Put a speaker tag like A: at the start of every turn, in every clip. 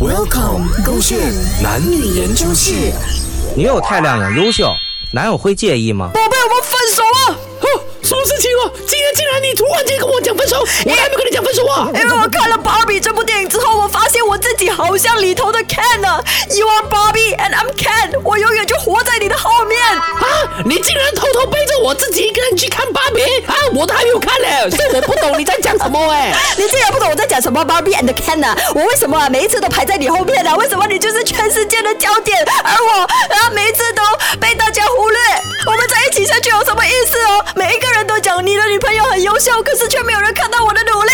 A: Welcome，勾线男女研究室。
B: 女友太亮眼优秀，男友会介意吗？
C: 宝贝，我们分手了。哼，哦什么事情了？今天竟然你突然间跟我讲分手，我还没跟你讲分手啊！
D: 因为我看了《芭比》这部电影之后，我发现我自己好像里头的 Ken 啊，You are Barbie and I'm Ken，我永远就活在你的后面。
C: 啊，你竟然偷偷背着我自己一个人去看芭比啊！我都还没有看嘞，所以我不懂你在讲什么哎、
D: 你竟然不懂我在讲什么 Barbie and Ken 啊？我为什么啊每一次都排在你后面啊？为什么你就是全世界的焦点，而我啊每一次都被大家忽略？我们在一起下去有什么意思哦？每一个人都讲你的女朋友很优秀，可是却没有人看到我的努力。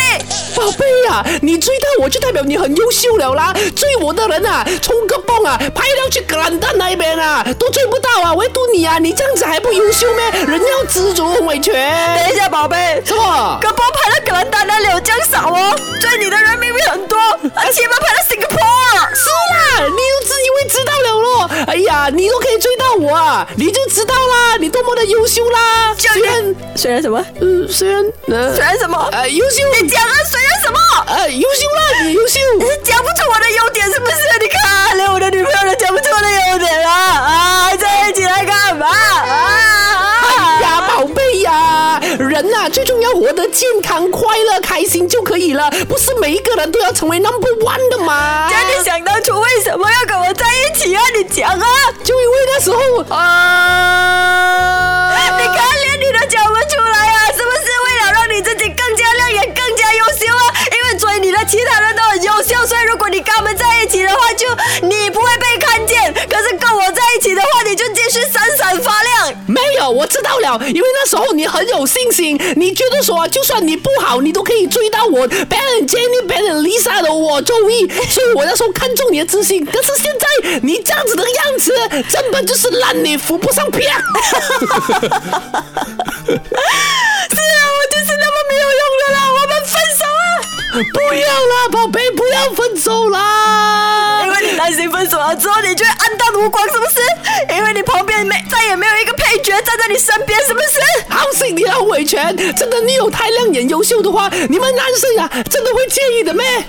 C: 宝贝呀、你追到我就代表你很优秀了啦！追我的人啊，冲个蹦啊，拍到去格兰丹那边啊，都追不到啊，唯独你啊，你这样子还不优秀咩？人要知足，伟
D: 等
C: 权。
D: 一下，宝贝，
C: 什么
D: 可波排到格兰丹那里有这样少哦，追你的人明明很多，而且们排到 Singapore。
C: 是啦，你都自以为知道了咯。哎呀，你都可以追到我啊，你就知道啦，你多么的优秀啦。
D: 就
C: 虽然，
D: 虽然什么？
C: 嗯，虽然，呃
D: 虽然什么？
C: 呃，优秀，
D: 你讲啊，虽然什么？
C: 呃，优秀啦，你优秀。
D: 你讲不出我的优点是不是？你看，连我的女朋友都讲不出我的优点了啊！还在一起来干嘛
C: 哎呀，
D: 啊？
C: 宝贝呀，人呐、最重要活得健康、快乐、开心就可以了，不是每一个人都要成为 number one 的嘛。
D: 那你想当初为什么要跟我在一起啊？你讲啊！
C: 就因为那时候
D: 哦
C: 啊，
D: 你看，连你都讲不出来啊，是不是为了让你自己更加亮眼、更加优秀啊？因为追你的其他人都很优秀，所以如果你跟他们在一起的话，就你不会被看见；可是跟我在一起的话，你就继续闪闪发亮。
C: 没有，我知道了，因为那时候你很有信心，你觉得说就算你不好，你都可以追到我 Ben、Jenny、Ben、Lisa 的我周易，所以我那时候看中你的自信。可是现在你这样子的样子，根本就是烂泥扶不上 壁啊。
D: 是啊，我就是那么没有用的啦，我们分手啊！
C: 不要啦，宝贝，不要分手啦！
D: 因为你担心分手了之后，你就会黯淡无光，是不是？因为你旁边没再也没有一个配角站在你身边，是不是？
C: 好心你好啊维权，真的你有太亮眼优秀的话，你们男生呀、真的会介意的咩？